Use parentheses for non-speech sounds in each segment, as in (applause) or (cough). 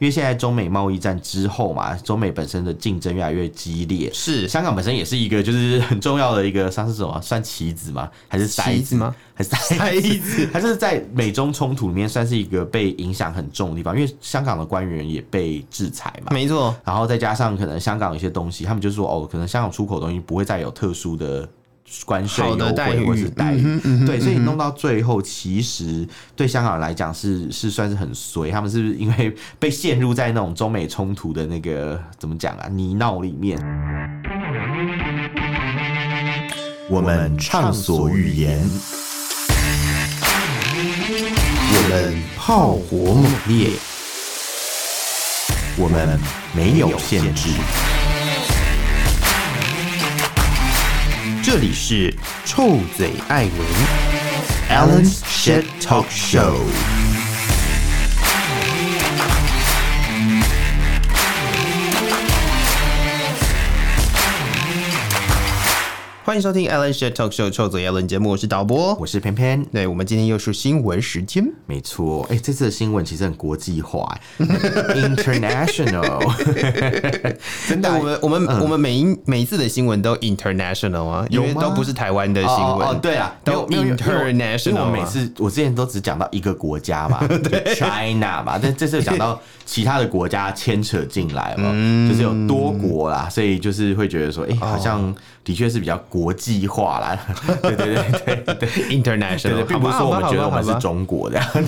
因为现在中美贸易战之后嘛，中美本身的竞争越来越激烈。是香港本身也是一个就是很重要的一个，算是什么？算棋子吗？还是棋骰子吗？还是 (laughs) 骰骰子？它就是在美中冲突里面算是一个被影响很重的地方，因为香港的官员也被制裁嘛。没错，然后再加上可能香港有些东西，他们就说哦，可能香港出口的东西不会再有特殊的关税好优的待惠遇嗯或是待遇，对，所以弄到最后，其实对香港人来讲是是算是很衰，他们是因为被陷入在那种中美冲突的那个怎么讲啊泥淖里面。我们畅所欲言，我们炮火猛烈，我们没有限制。这里是臭嘴艾文 Alan's Shit Talk Show。 (laughs) 欢迎收听 Alan s h a t Talk Show 臭嘴 Alan 节目，我是导播我。是偏偏，对，我们今天又是新闻时间，没错，哎、这次的新闻其实很国际化、，international，真的啊、但我们我们、我们每一每一次的新闻都 international 啊，因有为吗都不是台湾的新闻、哦哦，对啊，都因为因为因为 international 因为我啊每次我之前都只讲到一个国家 (laughs) 嘛就，China 嘛，但这次讲到其他的国家牵扯进 (laughs) 来了，嗯就是有多国啦，所以就是会觉得说，哎、哦好像的确是比较国际化 (laughs) 啦。对对对对对对。对 international，对，并不是说我们觉得我们是中，中国这样， (laughs) 对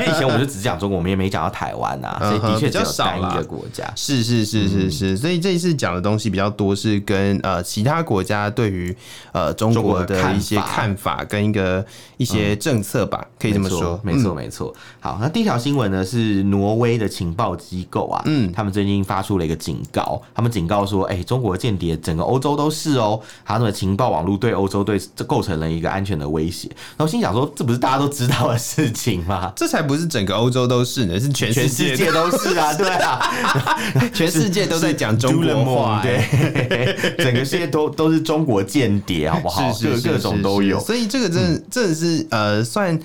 因为以前我们就只讲中国，我们也没讲到台湾啊，所以的确只嗯哼比较有少单啦一个国家。是是是嗯是是，所以这一次讲的东西比较多，是跟呃其他国家对于呃中中国国的的看一些法嗯看法跟一个一些政策吧，可以这么说，嗯没错，没错。好，那第一条新闻呢是挪威的情报机构啊，嗯，他们最近发出了一个警告，他们警告说，哎、中国间谍整个欧洲都是哦，他们的情报网络对欧洲对这构成了一个安全的威胁。那我心想说，这不是大家都知道的事情吗？这才不是整个欧洲都是呢，是全全世世界界都是啊，对啊， (laughs) 全世界都在讲中国话、对欸，， (laughs) 整个世界都都是中国间谍，好不好？是是是各各种都有嗯是。所以这个真的、真的是呃，算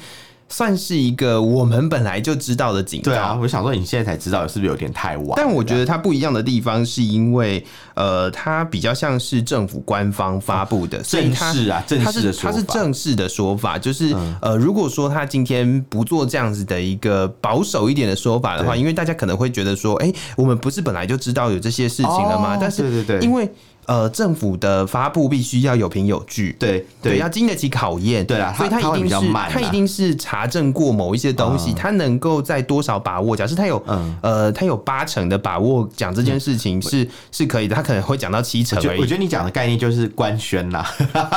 算是一个我们本来就知道的警告。对啊，我想说你现在才知道，是不是有点太晚？但我觉得它不一样的地方是因为，呃，它比较像是政府官方发布的，所以正它式啊，正它式的是说它法，嗯是正式的说法，就是、呃，如果说他今天不做这样子的一个保守一点的说法的话，对因为大家可能会觉得说，哎、我们不是本来就知道有这些事情了吗？哦但是对对对因为呃，政府的发布必须要有凭有据，对对，对要经得起考验，对啦所以它它一会定比较是慢啊啦它一定是查证过某一些东西，它能够在多少把握？假设他有嗯呃，他有八成的把握讲这件事情是是可以的，他可能会讲到七成我觉而我已，觉得你讲的概念就是官宣啦，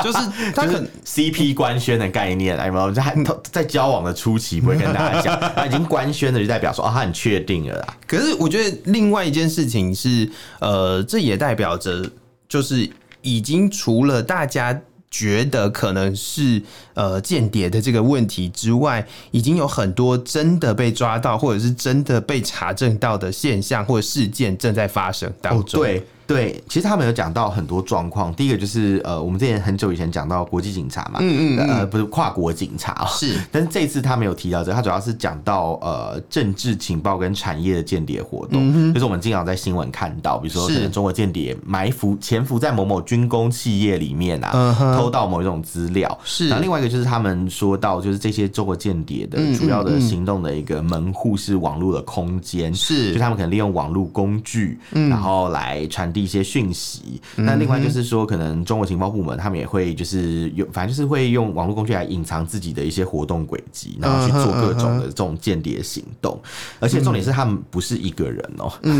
就是 (laughs) 他就嗯可是能。 CP 官宣的概念，哎，有没有？在在交往的初期不会跟大家讲，他已经官宣了，就代表说哦，他很确定了啦。可是我觉得另外一件事情是，呃，这也代表着就是已经除了大家。觉得可能是呃间谍的这个问题之外，已经有很多真的被抓到，或者是真的被查证到的现象或者事件正在发生当中。，哦对对，其实他们有讲到很多状况。第一个就是呃，我们之前很久以前讲到国际警察嘛，嗯嗯呃，不是跨国警察哦、是 (laughs) 但是这一次他没有提到这个，他主要是讲到呃政治情报跟产业的间谍活动，就是我们经常在新闻看到，比如说嗯是可能中国间谍埋伏潜伏在某某军工企业里面啊，嗯哼偷到某一种资料。是然后另外一个就是他们说到，就是这些中国间谍的嗯主要的行动的一个门户是网络的空间，是就他们可能利用网络工具，嗯然后来传递一些讯息。那另外就是说，可能中国情报部门他们也会就是用，反正就是会用网络工具来隐藏自己的一些活动轨迹，然后去做各种嗯的这种间谍行动。而且重点是，他们不是一个人哦、 (laughs) 哎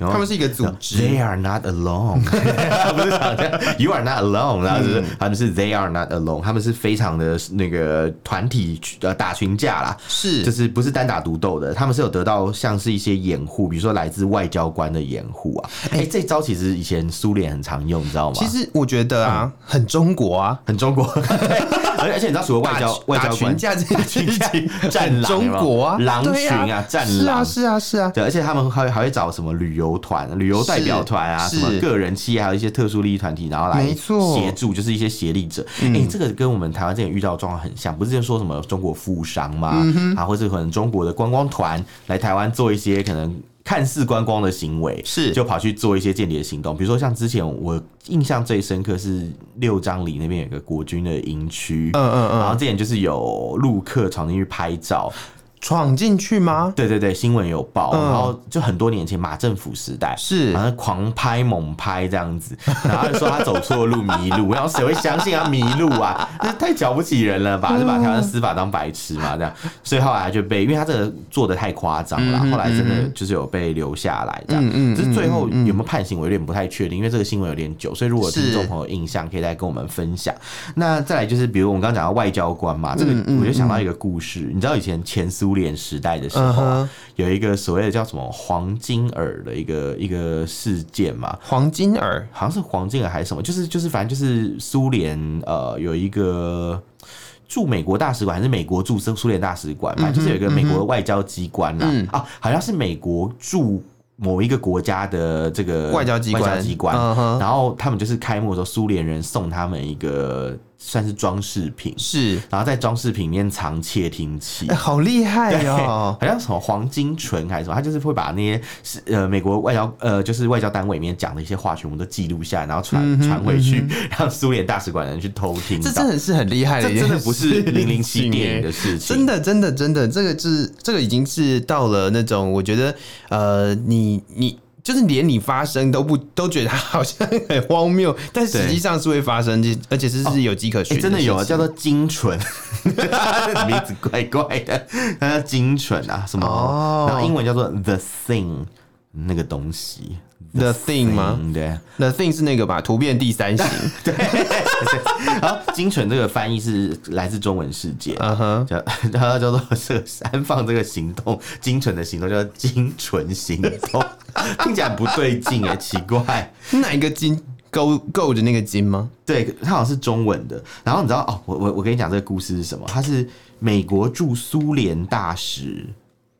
然后嗯他们是一个组织 They are not alone，不是 (laughs) 好像 You are not alone，然后嗯就是他们是 They are not alone，他们是非常的那个团体呃打群架啦，是就是不是单打独斗的，他们是有得到像是一些掩护，比如说来自外交官的掩护啊。哎、这招其实以前苏联很常用，你知道吗？其实我觉得啊，嗯很中国啊，很 (laughs) 中国，而且而且你知道，除了外交打外打交官群架这件事情， (laughs) 战很狼中国啊，有没有狼对群啊战是啊，狼是啊，是啊，对，而且他们还还会找什么旅游团、旅游代表团啊，是什么是个人企业，还有一些特殊利益团体，然后来没错嗯协助，就是一些协力者。哎、这个跟我们台湾之前遇到的状况很像，不是就说嗯什么中国富商嘛，啊，或者可能中国的观光团来台湾做一些可能。看似观光的行为，是就跑去做一些间谍行动。比如说像之前我印象最深刻是六张里那边有个国军的营区，嗯嗯然后嗯，之前就是有陆客闯进去拍照，闯进去吗？对对对，新闻有报，嗯然后就很多年前马政府时代是然后狂拍猛拍这样子，然后他就说他走错路迷路，然后谁会相信他迷路啊？那太瞧不起人了嗯吧？就把台湾司法当白痴嘛这样，所以后来就被，因为他这个做的太夸张嗯了，后来真的就是有被留下来这样，嗯嗯只是最后有没有判刑我有点不太确定，因为这个新闻有点久，所以如果听是众朋友有印象可以再跟我们分享。那再来就是比如我们刚刚讲到外交官嘛，这个嗯我就想到一个故事，你知道以前前苏联时代的时嗯候啊。哼，有一个所谓的叫什么黄金耳的一个一个事件嘛，黄金耳，好像是黄金耳还是什么，就是就是反正就是苏联呃有一个。驻美国大使馆还是美国驻苏苏联大使嗯馆，反正就是有一个美国的外交机关啦、啊，好像是美国驻某一个国家的这个外交机关外交机关，嗯哼然后他们就是开幕的时候，苏联人送他们一个算是装饰品，是，然后在装饰品里面藏窃听器哎，，好厉害对， (laughs) 哦好！像什么黄金醇还是什么，他就是会把那些是呃美国外交呃就是外交单位里面讲的一些话全部都记录下来，然后传传、回去，让苏联大使馆的人去偷听到。 (laughs) 哎这真的是很厉害的这一件真事情的耶，不是零零七电影的事情，真的，真的，真的，这个是这个已经是到了那种，我觉得，呃，你你就是连你发声都不都觉得它好像很荒谬，但实际上是会发生，而且是是有迹可哎、循、真的有啊，叫做做精纯， (laughs) 名字怪怪的，它叫精纯啊，什么？哦然后英文叫做 the thing 那个东西 The Thing 吗？嗯，对。 The Thing 是那个吧，突变第 (laughs) 三型，然后精纯这个翻译是来自中文世界，嗯哼，叫 (laughs) 它叫做这个安放这个行动，精纯的行动叫精纯行动， (laughs) 听起来很不对劲哎，奇怪。是哪一个金勾勾着那个金吗？对，它好像是中文的。然后你知道哦，我我我跟你讲这个故事是什么？它是美国驻苏联大使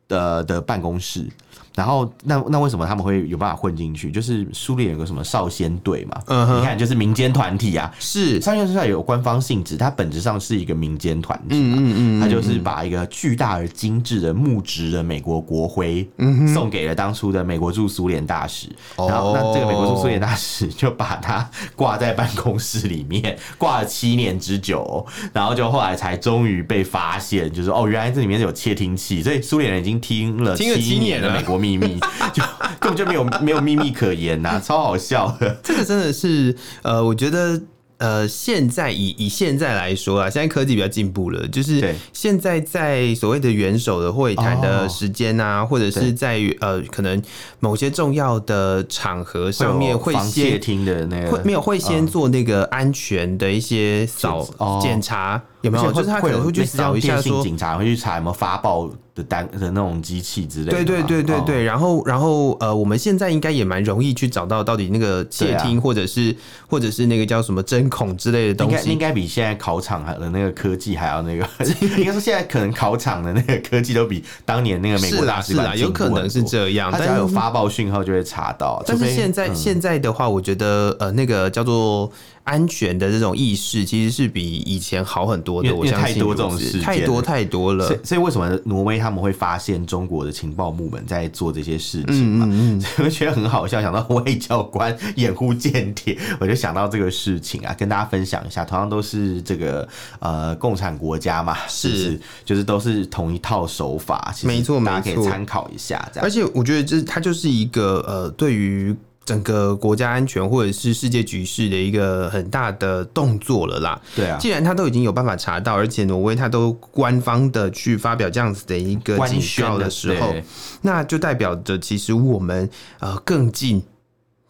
的的办公室。然后那那为什么他们会有办法混进去？就是苏联有个什么少先队嘛，嗯哼你看就是民间团体啊，是，商业社团有官方性质，它本质上是一个民间团嗯体嘛，它就是把一个巨大而精致的木质的美国国徽送给了当初的美国驻苏联大使，嗯哦然后那这个美国驻苏联大使就把它挂在办公室里面， (laughs) 挂了七年之久哦，然后就后来才终于被发现，就是哦，原来这里面有窃听器，所以苏联人已经听了听了七七年年了的美国秘 (laughs) 密，就根本就没有没有秘密可言呐、超好笑的。这个真的是，呃，我觉得。呃，现在以以现在来说啊，现在科技比较进步了，就是对现在在所谓的元首的会谈的哦时间啊，或者是对在于呃可能某些重要的场合上面会有防窃先听的那个会没有会先做那个安全的一些扫哦检查，有没而且有？就会是他可能会去扫一有类下似像电信说，警察会去查有没有发报的单的那种机器之类的嘛。对对对对哦，对，然后然后呃，我们现在应该也蛮容易去找到到底那个窃对啊听、或者是或者是那个叫什么针孔之类的应东该西应，该比现在考场的那个科技还要那个， (laughs) 应该说现在可能考场的那个科技都比当年那个美是国啦大使是馆啦进有步可能很是多这样他只但要有是发嗯报讯号就会查到。但除是非现在、现在的话，我觉得呃，那个叫做安全的这种意识，其实是比以前好很多的。因为我相信因为太多如此这种事件太多太多了所以。所以为什么挪威他们会发现中国的情报部门在做这些事嗯情嘛？ (laughs) 所以我觉得很好笑，想到外交官掩护间谍，我就想到这个事情啊，跟大家分享一下。同样都是这个呃共产国家嘛，是不是是就是都是同一套手法，其实没错没大家可错以参考一下这而样。且我觉得这它就是一个呃，对于整个国家安全或者是世界局势的一个很大的动作了啦。对啊既，然他都已经有办法查到，而且挪威他都官方的去发表这样子的一个官警宣告的的时候对，那就代表着其实我们呃更近，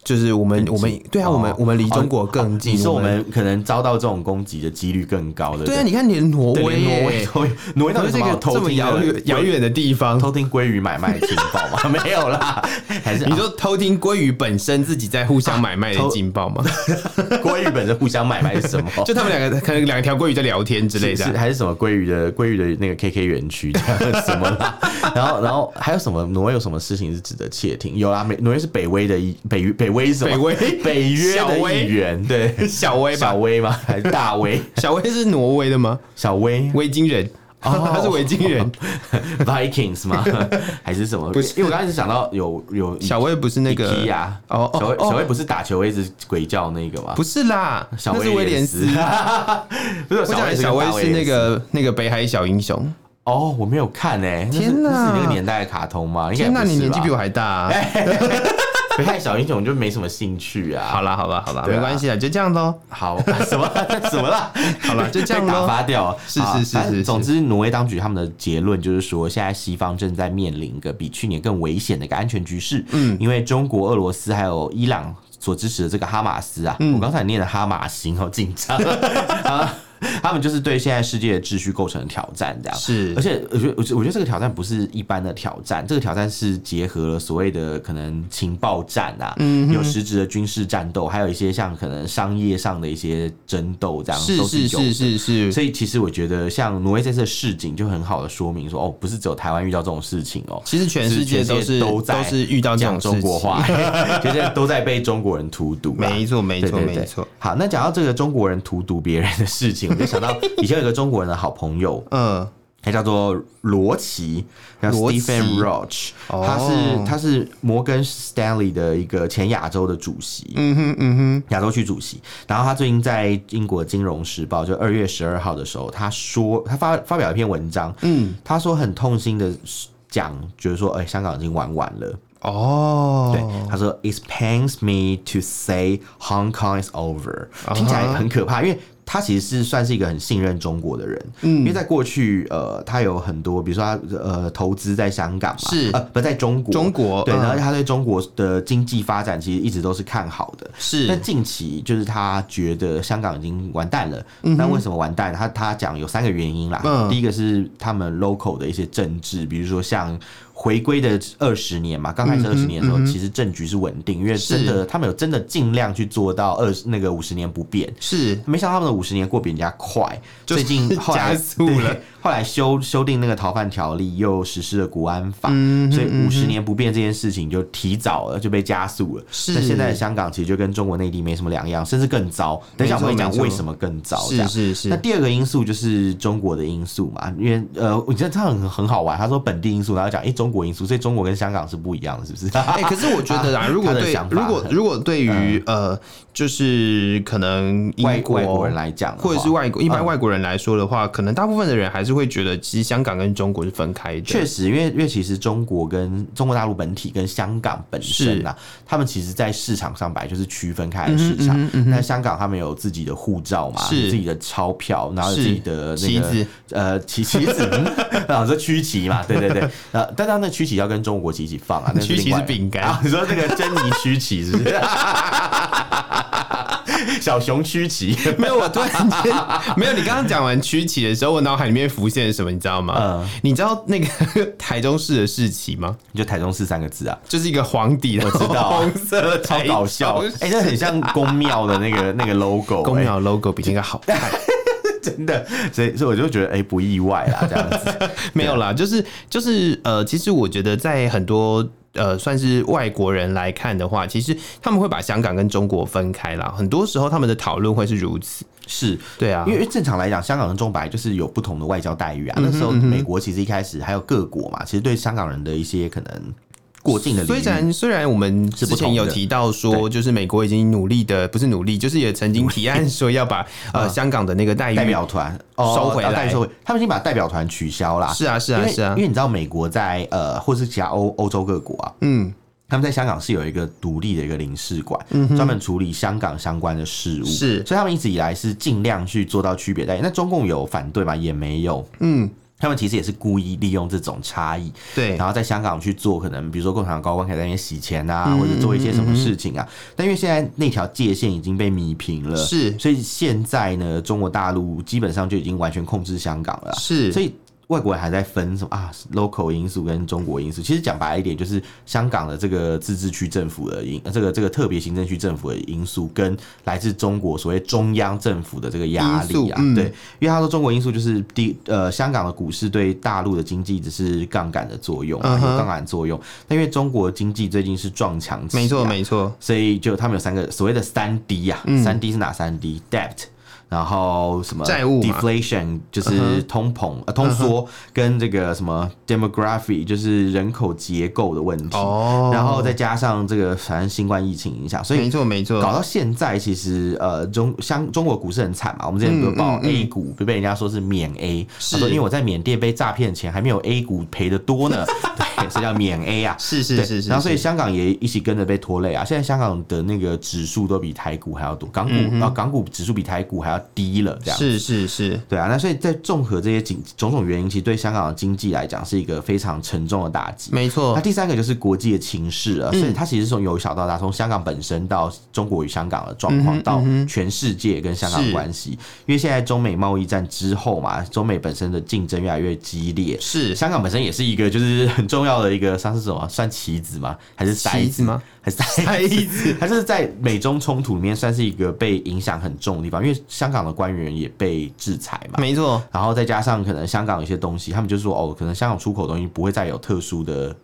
就是我们我们对啊，我们、哦我们离中国更近，你说我们可能遭到这种攻击的几率更高的，对啊，你看连挪对威连耶、挪威都有，挪威到底这怎么个偷这么听遥的远遥远的地方。偷听鲑鱼买卖的情报 (laughs) 吗？没有啦，还是啊 (laughs) 你说偷听鲑鱼本身自己在互相买卖的偷劲爆吗？鲑鱼本身互相买卖是什么？就他 (laughs) 们两个可能两条鲑鱼在聊天之类是的是啊。还是什么鲑鱼的鲑鱼的那个 KK 园区 (laughs) 这样什么啦？然后然后还有什么挪威有什么事情是值得窃听？有啊啦，美挪威是北威的一北约北威是什么？北威北约小的威一员，对，小威吧 (laughs) 小威吗？还是大威？小威是挪威的吗？小威维京人哦他是维京 (laughs) 人。 Vikings 吗？ (laughs) 还是什么？不是因为我刚开始想到有有小薇不是那个呀，哦哦小薇哦小薇不是打球一直鬼叫那个吗？不是啦，小那是威廉斯。， (laughs) 不是我小讲威的小威威是那个那个北海小英雄。哦，我没有看哎，那是天哪那是你那个年代的卡通吗？应该天不哪，是你年纪吧哎比我还大啊、 (laughs) 北海小英雄就没什么兴趣啊。好啦，好吧，好吧，对啊没关系啊，就这样喽。好， (laughs) 什么什么啦？好啦就这样被打咯发掉。是好是是反正是是总之，挪威当局他们的结论就是说，现在西方正在面临一个比去年更危险的一个安全局势。嗯，因为中国、俄罗斯还有伊朗所支持的这个哈马斯啊，嗯我刚才念的哈马星，好紧张 (laughs) 啊。他们就是对现在世界的秩序构成挑战，这样是而且我觉得，我觉得我觉得这个挑战不是一般的挑战，这个挑战是结合了所谓的可能情报战啊，嗯有实质的军事战斗，还有一些像可能商业上的一些争斗，这样是都是有的是是是，所以其实我觉得，像挪威这次的市井就很好的说明说，哦，不是只有台湾遇到这种事情哦，其实全世界全都世界是都在都是遇到这讲种中国事情话， (laughs) 现在都在被中国人荼毒啦。没错没错对对对没错。好，那讲到这个中国人荼毒别人的事情，我就想到以前有一个中国人的好朋友，嗯，他叫做罗奇，叫罗奇 Stephen Roach，、哦他是他是摩根 Stanley 的一个前亚洲的主席，嗯哼嗯哼，亚洲区主席。然后他最近在英国《金融时报》就二月十二号的时候，他说他发发表了一篇文章，嗯，他说很痛心的讲，觉得说，哎、香港已经玩完了。哦，对，他说，It pains me to say Hong Kong is over，、听啊起来很可怕，因为。他其实是算是一个很信任中国的人，嗯因为在过去，呃，他有很多，比如说他呃投资在香港嘛，是呃不在中国，中国对，嗯然后他对中国的经济发展其实一直都是看好的，但是近期就是他觉得香港已经完蛋了，那为什么完蛋？他他讲有三个原因啦。嗯第一个是他们 local 的一些政治，比如说像回归的二十年嘛，刚开嗯始二十年的时候，其实政局是稳定，因为真的他们有真的尽量去做到二那个五十年不变。是，没想到他们的五十年过比人家快，就最是 (laughs) 近后来加速了对后来修修订那个逃犯条例，又实施了国安法，嗯所以五十年不变这件事情就提早了，就被加速了。是那现在的香港其实就跟中国内地没什么两样，甚至更糟。等一下我没错们会讲没错为什么更糟。这是样是那是，第二个因素就是中国的因素嘛，因为呃，我觉得他很很好玩，他说本地因素，然后讲诶中国因素，所以中国跟香港是不一样的，是不是？哎、可是我觉得 (laughs) 啊，他如果他的对想法如果如果对于、呃，就是可能外英国外国人来讲的话，或者是外国一般嗯外国人来说的话，可能大部分的人还是会觉得，其实香港跟中国是分开的。确实，因为因为其实中国跟中国大陆本体跟香港本身啊，他们其实在市场上本来就是区分开的嗯市场。那、香港他们有自己的护照嘛，是有自己的钞票，然后有是自己的那旗个子呃旗旗子， (laughs) 嗯啊，这区旗嘛，对对对，呃，但他那区旗要跟中国旗一起放啊，那曲奇另外是饼干啊，你说那个珍妮曲奇是不 (laughs) 是？小熊曲奇， (laughs) 没有，我突然间没有。你刚刚讲完曲奇的时候，我脑海里面浮现了什么，你知道吗？嗯你知道那个台中市的市旗吗？就台中市三个字啊。就是一个黄底的，我知道啊红色的超台中搞笑！哎、那很像公庙的那个那个 logo，公哎庙 logo 比那个好看。 (laughs) 真的，所以所以我就觉得哎、不意外啦，这样 (laughs) 子。没有啦，啊就是就是呃，其实我觉得在很多。呃，算是外国人来看的话，其实他们会把香港跟中国分开啦。很多时候他们的讨论会是如此，是对啊，因为因为正常来讲，香港跟中白就是有不同的外交待遇啊。那嗯时候美国其实一开始还有各国嘛，其实对香港人的一些可能过境的礼虽遇。然虽然我们之不同前的有提到说，就是美国已经努力的，不是努力，就是也曾经提案说要把呃香港的那个待遇啊代表团哦收回来要代收回，他们已经把代表团取消啦。是啊是因啊为是啊因，为你知道美国在呃，或是其他欧欧洲各国啊，嗯，他们在香港是有一个独立的一个领事馆，嗯专、门处理香港相关的事务，是所以他们一直以来是尽量去做到区别待遇。那中共有反对吗？也没有，嗯。他们其实也是故意利用这种差异，对然后在香港去做可能，比如说共产党高官可以在那边洗钱啊，嗯或者做一些什么事情啊。但因为现在那条界限已经被弥平了，是所以现在呢，中国大陆基本上就已经完全控制香港了啊。是，所以外国人还在分什么啊，local 因素跟中国因素。其实讲白一点，就是香港的这个自治区政府的因，呃这个这个特别行政区政府的因素，跟来自中国所谓中央政府的这个压力啊，因素嗯对，因为他说中国因素就是第呃香港的股市对大陆的经济只是杠杆的作用、啊，嗯哼有杠杆作用。但因为中国经济最近是撞墙期、啊，没错没错，嗯所以就他们有三个所谓的三 D 啊，三、D 是哪三 D？Debt、然后什么债务嘛嗯 deflation 就是通膨、呃通缩，跟这个什么 demography 就是人口结构的问题，哦然后再加上这个反正新冠疫情影响，所以没错没错，搞到现在，其实呃，中像中国股市很惨嘛，我们之前不是报 A 股被被人家说是免 A，嗯是他说因为我在缅甸被诈骗前还没有 A 股赔的多 (laughs) 呢，对，所以叫免 A 啊。是是对是是，然后所以是香港也一起跟着被拖累啊！现在香港的那个指数都比台股还要多，港股啊、港股指数比台股还要低了，这样嗯是是是，对啊。那所以在综合这些景种种原因，其实对香港的经济来讲是一个非常沉重的打击。没那错，第三个就是国际的情势嗯了，所以它其实从由小到大，从香港本身到中国与香港的状嗯况，到全世界跟香港的关系。因为现在中美贸易战之后嘛，中美本身的竞争越来越激烈。是香港本身也是一个就是 (laughs) 很重要的一个，算是什么？算棋子吗？还是棋筛子？吗？还 (laughs) 是筛筛子？ (laughs) 它就是在美中冲突里面算是一个被影响很重的地方，因为香港的官员也被制裁嘛。没错，然后再加上可能香港有些东西，他们就说哦，可能香港出口的东西不会再有特殊的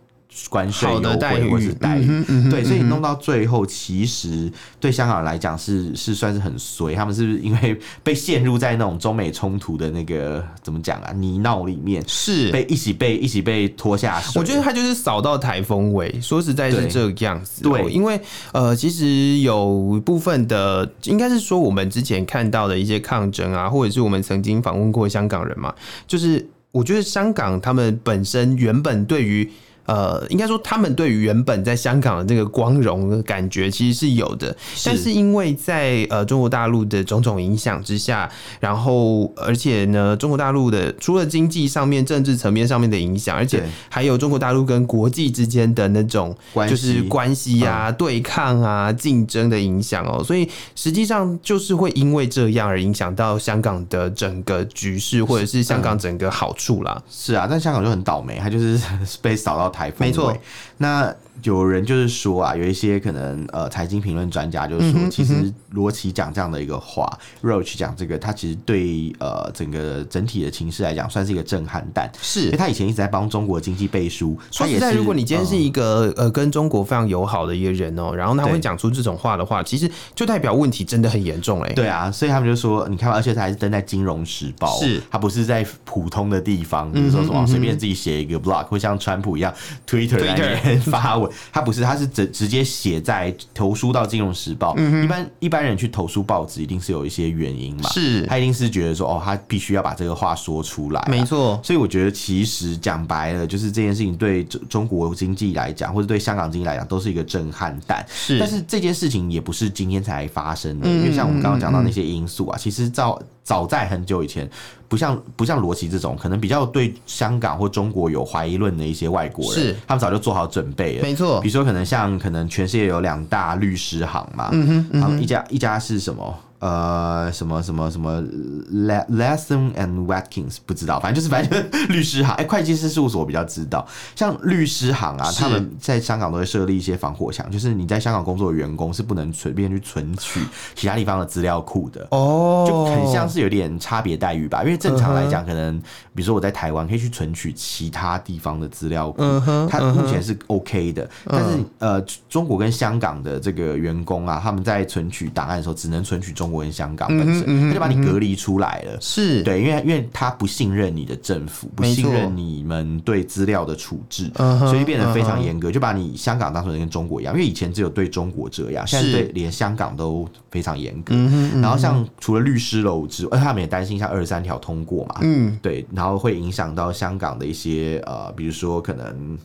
关税好优的待惠遇嗯或是待遇，对，所以弄到最后，其实对香港人来讲是是算是很衰，他们是不是因为 (laughs) 被陷入在那种中美冲突的那个怎么讲啊泥淖里面，是被一起被一起被拖下水。我觉得他就是扫到台风尾，说实在是这个样子哦、对对因为呃，其实有部分的，应该是说我们之前看到的一些抗争啊，或者是我们曾经访问过香港人嘛，就是我觉得香港他们本身原本对于。呃，应该说他们对于原本在香港的这个光荣的感觉其实是有的，但是因为在呃中国大陆的种种影响之下，然后呃而且呢，中国大陆的除了经济上面、政治层面上面的影响，而且对还有中国大陆跟国际之间的那种关系嗯就是关系啊、对抗啊、竞争的影响哦，所以实际上就是会因为这样而影响到香港的整个局势，或者是香嗯港整个好处啦。是啊，但香港就很倒霉，它就是 (laughs) 被扫到台风尾。没错，那有人就是说啊，有一些可能呃财经评论专家嗯就是说，其实罗琦讲这样的一个话，Roach 讲这个，他其实对呃整个整体的情势来讲，算是一个震撼弹。因为是。他以前一直在帮中国经济背书，说他实也在，是如果你今天是嗯一个、呃跟中国非常友好的一个人哦、然后他会对讲出这种话的话，其实就代表问题真的很严重嘞、欸对啊，所以他们就说，你看，而且他还是登在《金融时报》，是嗯他不是在普通的地方，比如说什么随便自己写一个 blog，或像川普一样 Twitter 在那边 (laughs) 发文，他不是，他是直直接写在投书到《金融时报》嗯一般一般人去投书报纸，一定是有一些原因嘛，是他一定是觉得说，哦，他必须要把这个话说出来啊，没错，所以我觉得，其实讲白了，就是这件事情对中中国经济来讲，或者对香港经济来讲，都是一个震撼弹。是嗯但是这件事情也不是今天才发生的，因为像我们刚刚讲到那些因素啊，其实早早在很久以前，不像不像罗琦这种可能比较对香港或中国有怀疑论的一些外国人是，他们早就做好准备了。没错比如说可能像可能全世界有两大律师行嘛，嗯哼，然后一家一家是什么？呃，什么什么什么 Le- Lesson and Watkins 不知道，反正就是 (laughs) 反正就是律师行，哎、会计师事务所我比较知道。像律师行啊，是他们在香港都会设立一些防火墙，就是你在香港工作的员工是不能随便去存取其他地方的资料库的。哦，嗯就很像是有点差别待遇吧，因为正常来讲，可能比如说我在台湾可以去存取其他地方的资料库嗯哼，它嗯哼嗯目前是 OK 的，但是呃，中国跟香港的这个员工啊，他们在存取档案的时候，只能存取中国跟香港本嗯哼嗯哼身，他就把你隔离出来了。是，对，因为因为他不信任你的政府，不没错信任你们对资料的处置，嗯哼所以变得非嗯常哼严格，就把你香港当成跟中国一样，因为以前只有对中国这样，现在是对连香港都非常严格。嗯哼，嗯然后像除了律师楼之外，呃他们也担心像二十三条通过嘛，嗯，对，然后会影响到香港的一些呃，比如说可能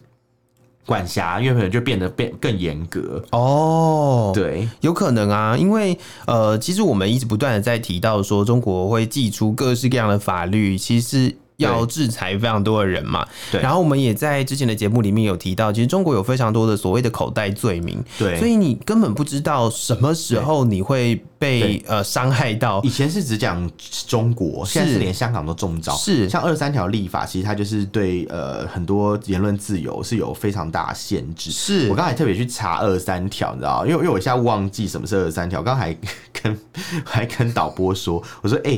管辖，因为可能就变得变更严格，哦，。对，有可能啊，因为呃，其实我们一直不断的在提到说，中国会祭出各式各样的法律，其实要对制裁非常多的人嘛。对然后我们也在之前的节目里面有提到，其实中国有非常多的所谓的口袋罪名，对所以你根本不知道什么时候你会被对呃伤害到以。前是只讲中国，现在是连香港都中招。是像二三条立法，其实它就是对呃很多言论自由是有非常大的限制。是我刚才特别去查二三条，你知道吗，因为因为我一下忘记什么是二三条，刚才还跟还 (laughs) 跟导播说，我说哎。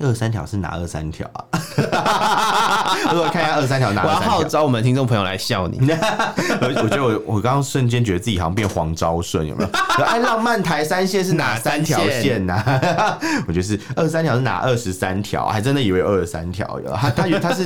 二三条是哪二三条啊？如果看一下二三条，哪我要二号三条？召我们的听众朋友来笑你。 (laughs) 我我觉得我我刚刚瞬间觉得自己好像变黄昭顺，有没 (laughs) 有？哎，浪漫台三线是哪三条线呐、 (laughs) 我觉得是二十三条是哪二十三条？还真的以为二十三条有，他他以为它是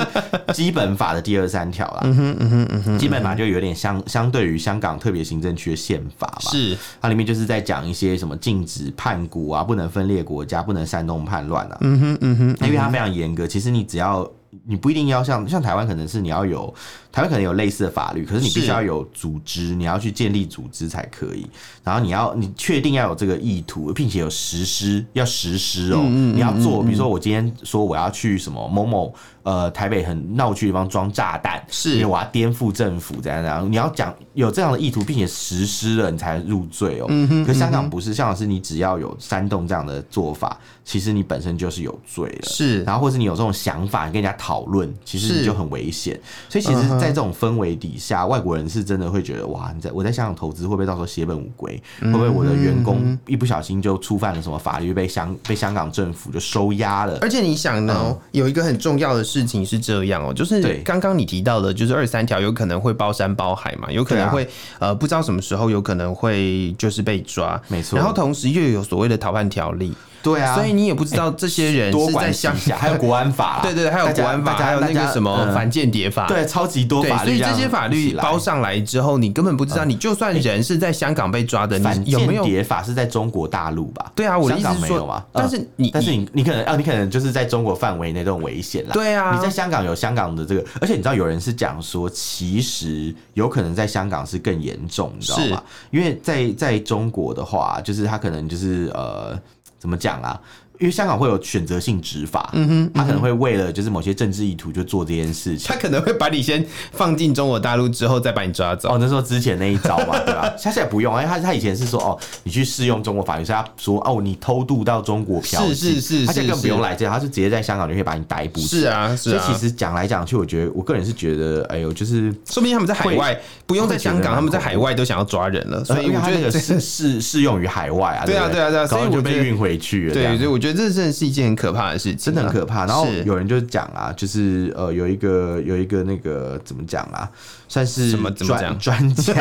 基本法的第二十三条啦。嗯哼嗯哼嗯哼，基本法就有点相相对于香港特别行政区的宪法嘛。是它里面就是在讲一些什么禁止叛股啊，不能分裂国家，不能煽动叛乱啊。嗯哼，嗯哼，因为它非常严格。其实你只要你不一定要像像台湾，可能是你要有台湾可能有类似的法律，可是你必须是要有组织，你要去建立组织才可以。然后你要你确定要有这个意图，并且有实施，要实施哦。你要做，比如说我今天说我要去什么某某呃台北很闹区地方装炸弹，是因为我要颠覆政府怎样怎样。你要讲有这样的意图，并且实施了，你才入罪哦。嗯可香港不是，香港是你只要有煽动这样的做法，其实你本身就是有罪了。是然后或是你有这种想法，你跟人家讨论，其实是嗯你就很危险。所以其实，在这种氛围底下，外国人是真的会觉得，哇，你在我在香港投资，会不会到时候血本无归？会不会嗯我的员工一不小心就触犯了什么法律，被香被香港政府就收押了？而且你想呢、有一个很重要的事情是这样哦、就是嗯对刚刚你提到的，就是二三条有可能会包山包海嘛，有可能对啊会、呃不知道什么时候有可能会就是被抓，没错然后同时又有所谓的逃犯条例，对啊，哎所以你也不知道这些人多是在管香一 (laughs) 下，还有国安法啦，对对，对还有大国家安法，大家还有那大个家什么嗯反间谍法，对，超级多对，法所律以样这子起来，嗯些法律包上来之后，你根本不知道，你就算人是在香港被抓的，反你有没间有？谍法是在中国大陆吧？对啊，我的香意思港是没有嘛说，，但是嗯你，但是你你可能啊，你可能就是在中国范围内这种危险啦。对啊你在香港有香港的这个，而且你知道有人是讲说，其实有可能在香港是更严重，你知道吗？因为在在中国的话，就是他可能就是呃，怎么讲啊？因为香港会有选择性执法，嗯哼，他可能会为了就是某些政治意图就做这件事情。他可能会把你先放进中国大陆之后，再把你抓走。哦，那时候之前那一招 (laughs) 嘛，对吧？他现在不用，因为他他以前是说哦，你去适用中国法律，所以他说哦，你偷渡到中国嫖妓，是是是哦他现在更是不用是来这样，他就直接在香港就可以把你逮捕。是，啊，是所以啊。其实讲来讲去，我觉得我个人是觉得，哎呦，就是说不定他们在海外不用在香会觉港，得他们在海外都想要抓人了。所呃以因为我他觉那得个 (laughs) 这适适适用于海外啊，对啊不对啊对啊搞不好所以就我觉被得运回去了，这对，样所以我觉得这真的是一件很可怕的事情啊，真的很可怕。然后是有人就讲啊，就是呃，有一个有一个那个怎么讲啊，算是什么怎么专讲专家，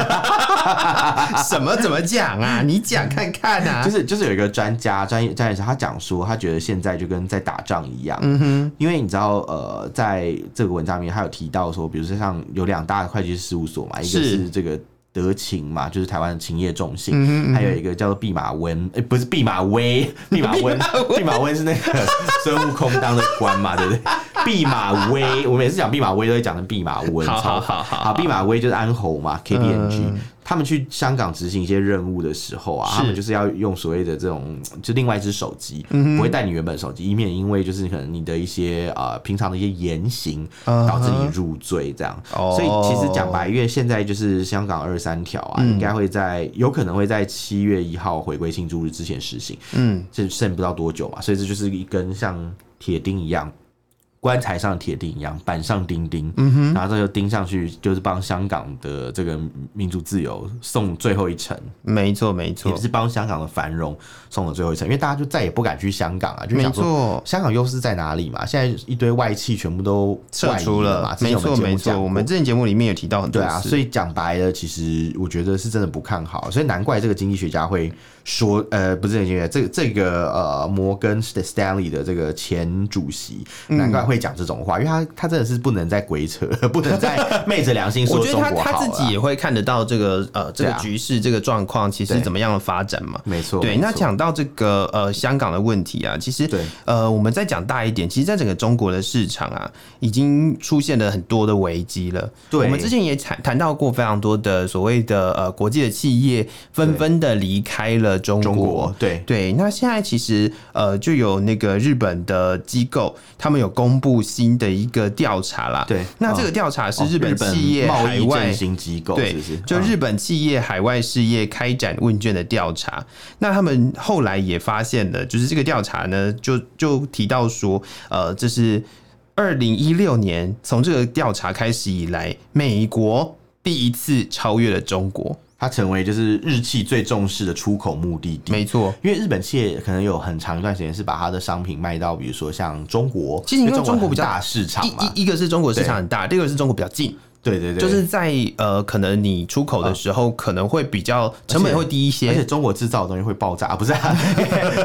什么怎么讲啊？你讲看看 (laughs) 啊就。是就是有一个专家专业专业者，他讲说，他觉得现在就跟在打仗一样，嗯哼，因为你知道，呃，在这个文章里面，他有提到说，比如说像有两大会计师事务所嘛，一个是是这个。德勤嘛，就是台湾的勤业重嗯心，还有一个叫做弼马温，诶、不是弼马 (laughs) 威，弼马温，弼马温是那个孙悟空当的官嘛，对不对？弼马威，我每次讲弼马威都会讲成弼马温，好好超好好嗯好，弼啊马威就是安侯嘛，KPMG，、他们去香港执行一些任务的时候啊，是他们就是要用所谓的这种，就另外一只手机，嗯不会带你原本手机，以免因为就是可能你的一些呃平常的一些言行嗯导致你入罪这样。哦所以其实讲白，因为现在就是香港二三条啊，嗯应该会在有可能会在七月一号回归庆祝日之前实行，嗯，这剩不到多久嘛，所以这就是一根像铁钉一样。棺材上铁钉一样，板上钉钉，嗯然后这就钉上去，就是帮香港的这个民主自由送最后一程，没错没错也，是帮香港的繁荣送了最后一程，因为大家就再也不敢去香港啊，就没想说错。香港优势在哪里嘛？现在一堆外企全部都撤出外移了嘛，，之没前我错们节目没错，讲我过们之前节目里面有提到很多对啊，次所以讲白了，其实我觉得是真的不看好，所以难怪这个经济学家会说，呃，不是经济学家，这个这个呃摩根 Stanley 的这个前主席，嗯难怪会讲这种话，因为他他真的是不能再鬼扯，不能再昧着良心说我觉得中他国好他了自己也会看得到这个呃这个对啊局势、这个状况其实对怎么样的发展嘛。没错，对，没那错讲到这个呃香港的问题啊，其实对呃我们再讲大一点，其实在整个中国的市场啊，已经出现了很多的危机了。对我们之前也谈谈到过非常多的所谓的呃国际的企业纷纷的离开了中中国对对，那现在其实呃，就有那个日本的机构，他们有公布新的一个调查啦。对那这个调查是哦日本企业贸海易外振。兴机构，对是不是？，就嗯日本企业海外事业开展问卷的调查，那他们后来也发现了，就是这个调查呢，就就提到说，呃，这是二零一六年从这个调查开始以来，美国第一次超越了中国。它成为就是日企最重视的出口目的地。没错，因为日本企业可能有很长一段时间是把它的商品卖到，比如说像中国，其实因为中中国比较大市场嘛，一一一个是中国市场很大，第二个是中国比较近，对对对，就是在呃，可能你出口的时候可能会比较成本会低一而且些。中国制造的东西会爆炸，啊、不是、 (laughs) 啊？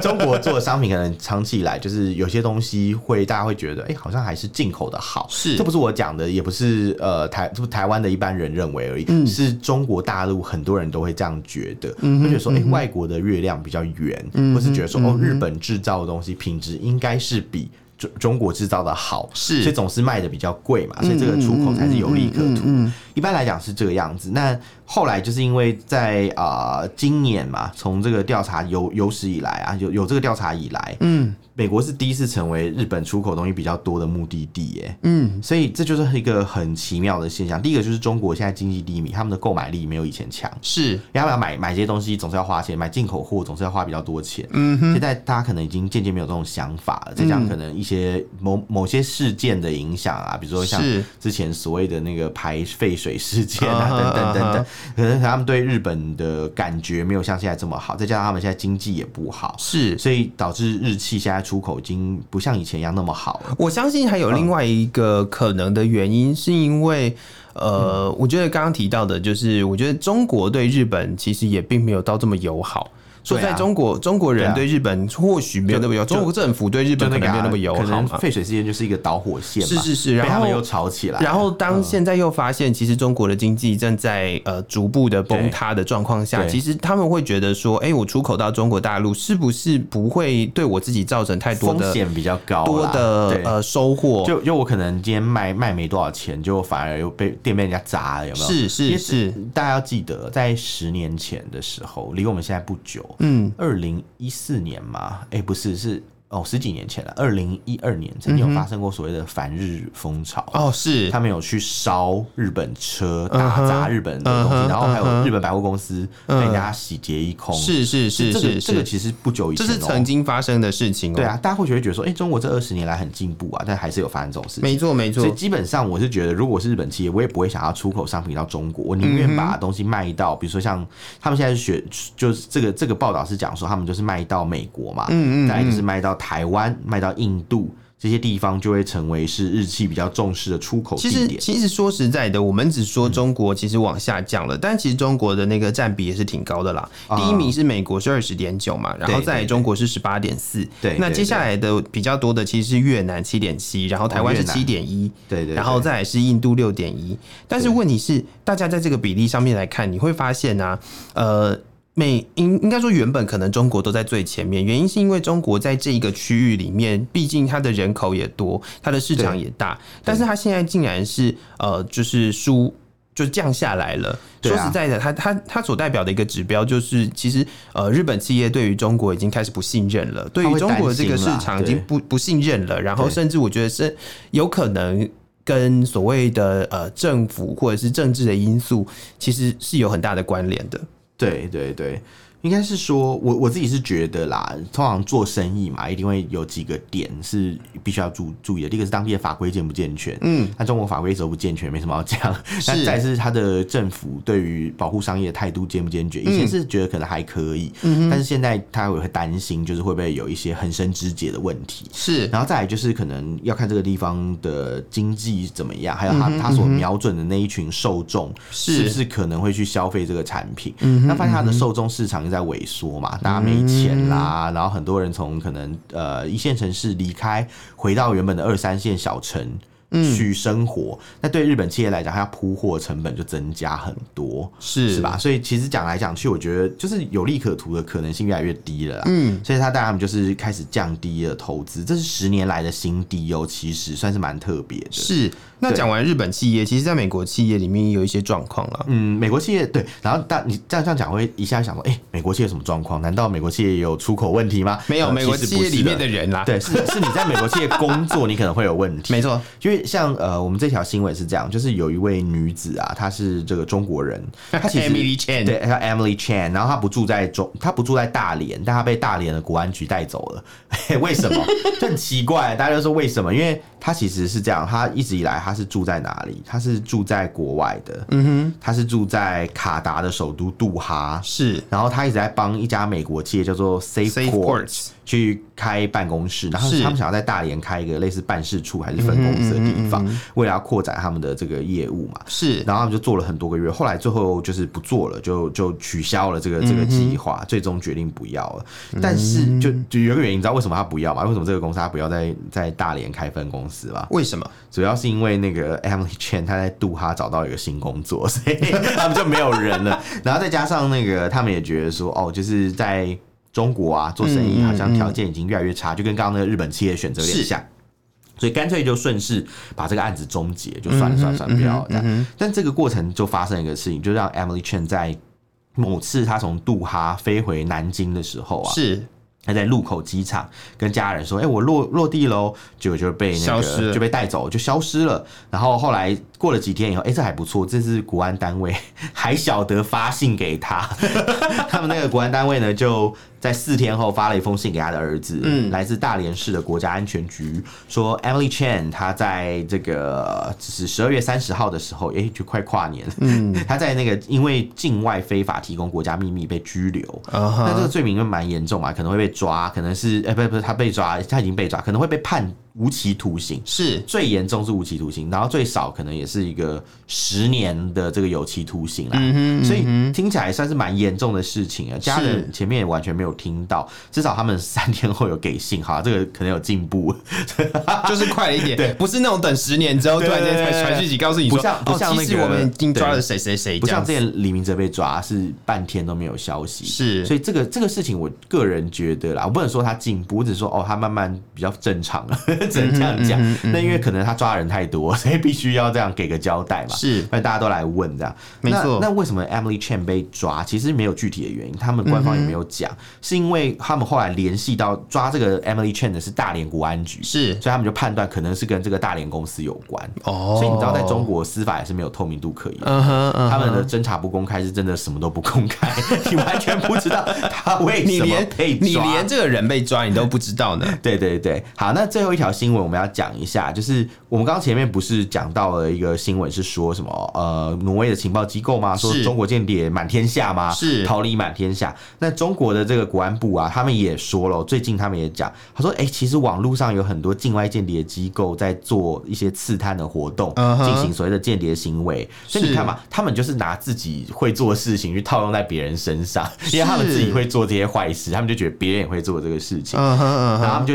中国做的商品可能长期以来就是有些东西会大家会觉得，哎、好像还是进口的好。是这不是我讲的，也不是呃台这不台湾的一般人认为而已，嗯是中国大陆很多人都会这样觉得，会觉得说，嗯哎、外国的月亮比较圆，或是觉得说，哦，日本制造的东西品质应该是比。中中国制造的好是所以总是嗯卖的比较贵嘛，所以这个出口才是有利可图。一般来讲是这个样子。那后来就是因为在啊、呃今年嘛，从这个调查有有史以来啊，有有这个调查以来，嗯，美国是第一次成为日本出口东西比较多的目的地耶。嗯，所以这就是一个很奇妙的现象。第一个就是中国现在经济低迷，他们的购买力没有以前强。是因为他们要买买这些东西总是要花钱，买进口货总是要花比较多钱。嗯哼，现在大家可能已经渐渐没有这种想法了，再加嗯上可能一些某某些事件的影响啊，比如说像是之前所谓的那个排废水事件啊，啊哈等等等啊等哈，可能他们对日本的感觉没有像现在这么好，再加上他们现在经济也不好，是，所以导致日企现在出口已经不像以前一样那么好了。我相信还有另外一个可能的原因，是因为呃，我觉得刚刚提到的，就是我觉得中国对日本其实也并没有到这么友好。说对啊在中国，中国人对对日本或许没有那么友好，就中国政府对日本可能啊没有那么友可好能嘛。废水事件就是一个导火线嘛，是是是，被然他后们又吵起来，然后当现在又发现，其实中国的经济正在呃逐步的崩塌的状况下，嗯对其实他们会觉得说，哎、我出口到中国大陆是不是不会对我自己造成太多风的险比较高啦，多的对呃收获？就就我可能今天卖卖没多少钱，就反而又被店被人家砸了，有没有？是因是为是，大家要记得，在十年前的时候，离我们现在不久，嗯，二零一四年嘛，哎、不是，是哦，十几年前了，二零一二年曾嗯经有发生过所谓的反日风潮。哦是他们有去烧日本车，打砸日本的东西嗯嗯哼然后还嗯有哼嗯日本百货公司被人家洗劫一空。是是是这个是这个是，其实不久以这前、哦，是曾经发生的事情哦。对啊，，大家或许会觉得说，哎、中国这二十年来很进步啊，但还是有发生这种事情。没错没所以错，基本上，我是觉得，如果是日本企业，我也不会想要出口商品到中国，我宁愿把东西卖到，比如说像他们现在是学，就是这个这个报道是讲说，他们就是卖到美国嘛，嗯嗯再来就是卖到台湾、卖到印度这些地方，就会成为是日企比较重视的出口其地实，点。其实说实在的，我们只说中国其实往下降了，但其实中国的那个占比也是挺高的啦。啊第一名是美国是二十点九嘛，然后对再来中国是十八点四，对那对接下来的比较多的其实是越南七点七，然后台湾哦是越南七点一，对对对然后再来是印度六点一。但是问题是，大家在这个比例上面来看，你会发现啊，呃。美应应该说，原本可能中国都在最前面，原因是因为中国在这一个区域里面，毕竟它的人口也多，它的市场也大，但是它现在竟然是呃，就是输就降下来了。对说啊实在的，它它它所代表的一个指标就是，其实呃，日本企业对于中国已经开始不信任了，对他于会中国这个担市心啦场已对经不不信任了，然后对甚至我觉得是有可能跟所谓的呃政府或者是政治的因素，其实是有很大的关联的。对对对，应该是说，我我自己是觉得啦，通常做生意嘛，一定会有几个点是必须要注注意的。第一个是当地的法规健不健全，嗯，那中国法规一直都不健全，没什么好讲。那再是它的政府对于保护商业的态度坚不坚决？以前是觉得可能还可以，但是现在他也会担心，就是会不会有一些很深枝节的问题。是然后再来就是可能要看这个地方的经济怎么样，还有他他所瞄准的那一群受众是是不是可能会去消费这个产品。那发现他的受众市场又在萎缩嘛，大家没钱啦，然后很多人从可能呃一线城市离开，回到原本的二三线小城。去生活，那对日本企业来讲，它要铺货成本就增加很多。是是吧？？所以其实讲来讲去，我觉得就是有利可图的可能性越来越低了啦。嗯，所以他带他们就是开始降低了投资，这是十年来的新低哦，其实算是蛮特别的。是。那对讲完日本企业，其实在美国企业里面也有一些状况啊啦。嗯，美国企业对，然后但你这样这样讲，会一下想说，哎、美国企业有什么状况？难道美国企业也有出口问题吗？没有呃美国其实企不业是里面的人啦， (laughs) 对，是是你在美国企业工作，你可能会有问题。没错，因为像呃，我们这条新闻是这样，就是有一位女子啊，她是这个中国人，她其 (laughs) 实 Emily Chan 对，她叫 Emily Chan，然后她不住在中，她不住在大连，但她被大连的国安局带走了，为什么？就很奇怪，大家就说为什么？因为他其实是这样，他一直以来他是住在哪里？他是住在国外的，嗯哼，他是住在卡达的首都杜哈，是然后他一直在帮一家美国企业叫做 SafePort 去开办公室，然后是他们想要在大连开一个类似办事处还是分公司的地方，为了要扩展他们的这个业务嘛。是然后他们就做了很多个月，后来最后就是不做了，就就取消了这个这个计划，最终决定不要了。但是就就有一个原因，你知道为什么他不要吗？为什么这个公司他不要在在大连开分公司吗？为什么？主要是因为那个 Emily Chen 她在杜哈找到一个新工作，所以他们就没有人了。然后再加上那个他们也觉得说，哦，就是在中国啊做生意好像条件已经越来越差，就跟刚刚那个日本企业选择有点是像。所以干脆就顺势把这个案子终结，就算嗯了算了算了，不要了这样。但这个过程就发生一个事情，就让 Emily Chen 在某次她从杜哈飞回南京的时候啊，是他在路口机场跟家人说：“哎、我落落地喽！”结果就被那消失个了就被带走，就消失了。然后后来过了几天以后，哎、这还不错，这是国安单位 (laughs) 还晓得发信给他。 (laughs) 他们那个国安单位呢，就在四天后发了一封信给他的儿子，嗯，来自大连市的国家安全局，说 Emily Chen 她在这个就是十二月三十号的时候，哎、就快跨年，嗯， (laughs) 她在那个因为境外非法提供国家秘密被拘留，啊那这哈，个罪名就蛮严重嘛，可能会被抓，可能是哎、不不是他被抓，他已经被抓，可能会被判无期徒刑，是最严重是无期徒刑，然后最少可能也是一个十年的这个有期徒刑嗯啦。所以听起来算是蛮严重的事情啊。家人前面也完全没有听到，至少他们三天后有给信，哈，这个可能有进步。 (laughs) 就是快了一点，对，不是那种等十年之后突然间才传讯息告诉你说，不像不像哦，那个其实我们已经抓了谁谁谁，不这像样之子前李明哲被抓是半天都没有消息，是所以这个这个事情，我个人觉得啦，我不能说他进步，我只是说哦，他慢慢比较正常了， (laughs) 只能这样嗯讲。那因为可能他抓人太多，所以必须要这样给个交代嘛，是不然大家都来问这样。没错那，那为什么 Emily Chen 被抓？其实没有具体的原因，他们官嗯方也没有讲，是因为他们后来联系到抓这个 Emily Chen 的是大连国安局，是所以他们就判断可能是跟这个大连公司有关。哦，所以你知道，在中，国司法也是没有透明度可言的。嗯哼，嗯哼他们的侦查不公开是真的什么都不公开， (laughs) 你完全不知道他为你什么连被你抓。连这个人被抓你都不知道呢，对对对，好，那最后一条新闻我们要讲一下，就是我们刚刚前面不是讲到了一个新闻，是说什么呃，挪威的情报机构吗？说是中国间谍满天下吗？是逃离满天下。那中国的这个国安部啊，他们也说了，最近他们也讲，他说，哎、其实网络上有很多境外间谍机构在做一些刺探的活动，进、嗯哼行所谓的间谍行为。所以你是看嘛，他们就是拿自己会做的事情去套用在别人身上，因为他们自己会做这些坏事，他们就觉得别人也会做这个事情。嗯哼嗯然哼，后他们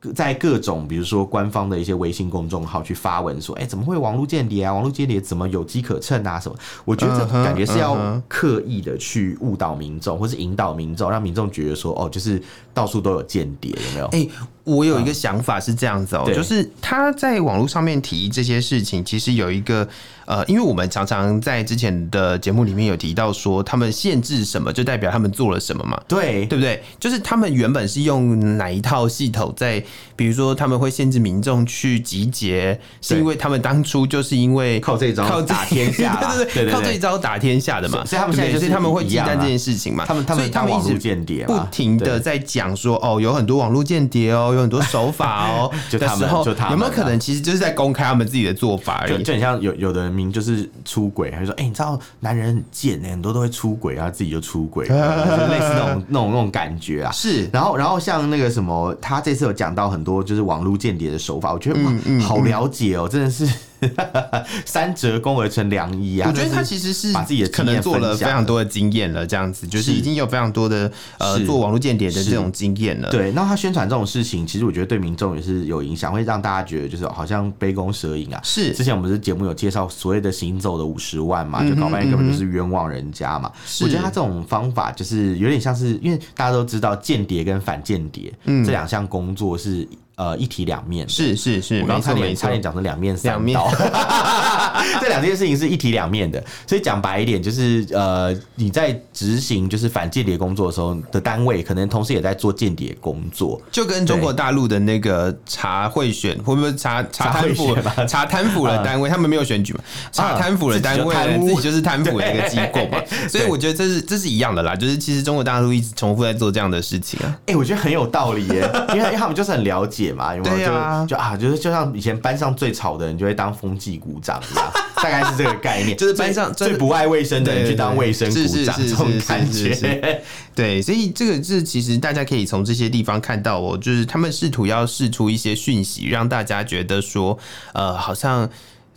就在各种比如说官方的一些微信公众号去发文说，哎、怎么会网络间谍啊？网络间谍怎么有机可乘啊？什么？我觉得这嗯哼感觉是要嗯哼刻意的去误导民众，或是引导民众，让民众觉得说，哦，就是到处都有间谍，有没有？哎、我有一个想法是这样子哦、对就是他在网络上面提这些事情，其实有一个呃，因为我们常常在之前的节目里面有提到说，他们限制什么就代表他们做了什么嘛。对对不对？就是他们原本是用哪一套系统在，比如说他们会限制民众去集结，是对因为他们当初就是因为靠这一招靠这打天下啦 (laughs) 对对对对对，对靠这一招打天下的嘛。所以所以他们现在对不就对是所以他们会一忌样啊惮这件事情嘛。他们他们所以他们当网一络直间谍不嘛停的对在讲说，哦，有很多网络间谍哦，有很多手法哦 (laughs) 就的他们时候就他，们有没有啊可能其实就是在公开他们自己的做法而就已？就很像有有的人明就是出轨，他就说：“哎、你知道男人很贱、欸，很多都会出轨，然后自己就出轨，就是类似那种那种那种感觉啊。”是然后，然后像那个什么，他这次有讲到很多就是网络间谍的手法，我觉得嗯哇，好了解哦，真的是 (laughs) 三折肱而成良医啊！我觉得真他的是其实是把自己的可经验能做了分非享常多的经验了，这样子就是是已经有非常多的呃是做网络间谍的是这种经验了。对，那他宣传这种事情，其实我觉得对民众也是有影响，会让大家觉得就是好像杯弓蛇影啊。是之前我们不是节目有介绍所谓的行走的五十万嗯嘛，就搞半天根本就是冤枉人家嘛。是我觉得他这种方法就是有点像是，因为大家都知道间谍跟反间谍这两项工作是呃一体两面的。嗯是是是，我刚刚没差错点没差错，点讲成两面三两面刀， (laughs) 这两件事情是一体两面的。所以讲白一点，就是呃，你在执行就是反间谍工作的时候的单位，可能同时也在做间谍工作。 (laughs) 就跟中国大陆的那个查贿选，会不会查查查贿贪腐选吧查贪腐的单位，他们没有选举嘛？查贪腐的单位自己就贪污自己就是贪腐 (laughs) 的一个机构嘛。所以我觉得这是这是一样的啦，就是其实中国大陆一直重复在做这样的事情啊。 (laughs) 哎、我觉得很有道理耶，因为因为他们就是很了解界嘛，有没有？对啊就就啊，就是就像以前班上最吵的人就会当风纪股长一 (laughs) 样，大概是这个概念。就是班上最就最是不爱卫生的人对去当卫生股是是长，是这种是是感是觉是。对，所以这个是其实大家可以从这些地方看到哦，就是他们试图要试出一些讯息，让大家觉得说，呃，好像。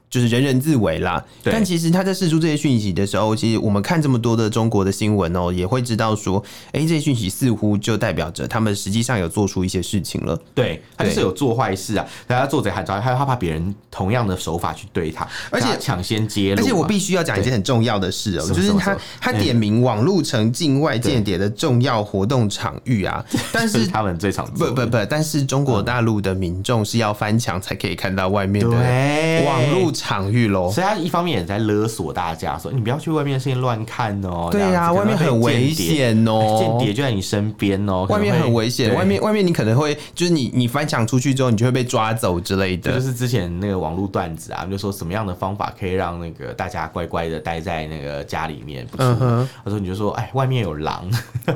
就是人人自危啦，对但其实他在释出这些讯息的时候，其实我们看这么多的中国的新闻哦、也会知道说，哎、这些讯息似乎就代表着他们实际上有做出一些事情了。对他就是对有做坏事啊，然后他做贼喊抓，他他怕别人同样的手法去对他，而且让他抢先揭露嘛。啊而且我必须要讲一件很重要的事哦、哎什么就是什么什他么他点名网路成境外间谍的重要活动场域啊，但这是是他们最常做不的不不，但是中国大陆的民众是要翻墙才可以看到外面的对网络场域喽。所以他一方面也在勒索大家说，你不要去外面的事情乱看哦。对呀、啊，外面很危险哦，间哦。谍就在你身边哦，外面可能很会危险，对外面外面你可能会就是你你翻墙出去之后，你就会被抓走之类这就的。是之前那个网络段子啊，就说什么样的方法可以让那个大家乖乖的待在那个家里面不出嗯门哼？哦他说你就说，哎，外面有狼， (laughs) 你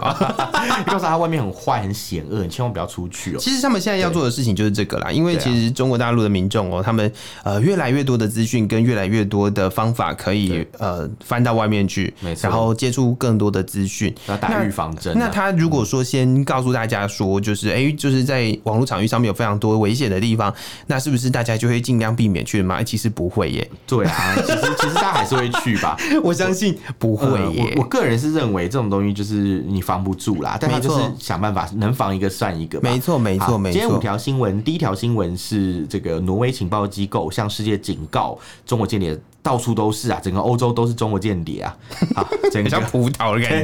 告诉他外面很坏很险恶，你千万不要出去哦。其实他们现在要做的事情就是这个啦，因为对啊其实中国大陆的民众哦、他们呃越来越多的资讯跟越来越多的方法可以呃翻到外面去没，错然后接触更多的资讯，要打那预防针、啊那他如果说先告诉大家说，就是哎、诶就是在网络场域上面有非常多危险的地方，那是不是大家就会尽量避免去吗？诶其实不会耶， (laughs) 对啊，其实其实大家还是会去吧。我相信不会呃耶。我我个人是认为这种东西就是你防不住啦，但他没就错是想办法能防一个算一个吧。没错，没好错，没今天五错。条新闻，第一条新闻是这个挪威情报机构向世界警告，中国间谍到处都是啊，整个欧洲都是中国间谍 (laughs) 啊，好，整很个像葡萄的感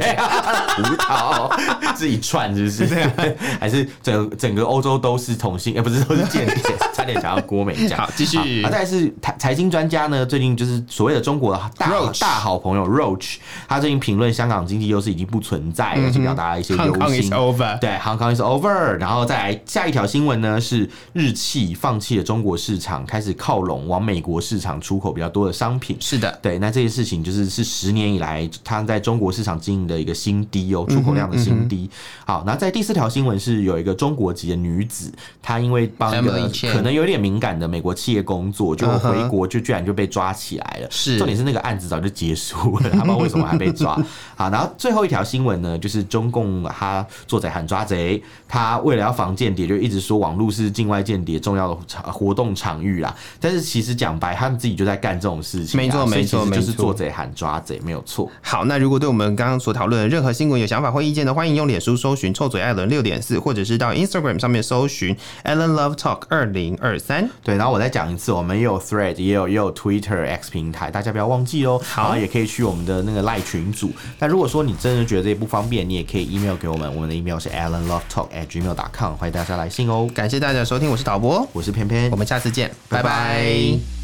葡觉，萄是一串，是不是？啊 (laughs) 还是整整个欧洲都是同性？哎、不是都是间谍，差点想要郭美讲。 (laughs) 好继续啊，再来是财财经专家呢，最近就是所谓的中国的大 Roach 大好朋友 Roach，他最近评论香港经济优势已经不存在嗯了，就表达一 (laughs) 些康忧康 is 心。 over。对，Hong Kong is over。然后再来下一条新闻呢，是日企放弃了中国市场，开始靠拢往美国市场出口比较多的商品。是的，对，那这些事情就是是十年以来它在中国市场经营的一个新低嗯哦，出口量的新低。好，那在第四条新闻是有一个中国籍的女子，她因为帮一个 Emily Chen 可能有点敏感的美国企业工作，就嗯回哼国就居然就被抓起来了。是重点是那个案子早就结束了，他不 (laughs) 知道为什么还被抓。好，然后最后一条新闻呢，就是中共呃他做贼喊抓贼，他为了要防间谍，就一直说网络是境外间谍重要的场活动场域啦。但是其实讲白，他们自己就在干这种事情啊，没错所以没其实错就是没错做贼喊抓贼，没有错。好，那如果对我们刚刚所讨论的任何新闻有想法或意见呢，欢迎用脸书搜寻“臭嘴艾伦六点四”，或者是到 Instagram 上面搜寻 “Alan Love Talk 二零二三对，然后我再讲一次，我们也有 Thread，也有也有 Twitter X 平台，大家不要忘记哦。然后也可以去我们的那个赖群组。那如果说你真的觉得这不方便，你也可以 email 给我们，我们的 email 是 alanlovetalk at gmail.com，欢迎大家来信哦”。。感谢大家的收听，我是导播，我是偏偏我，们下次见，拜拜拜拜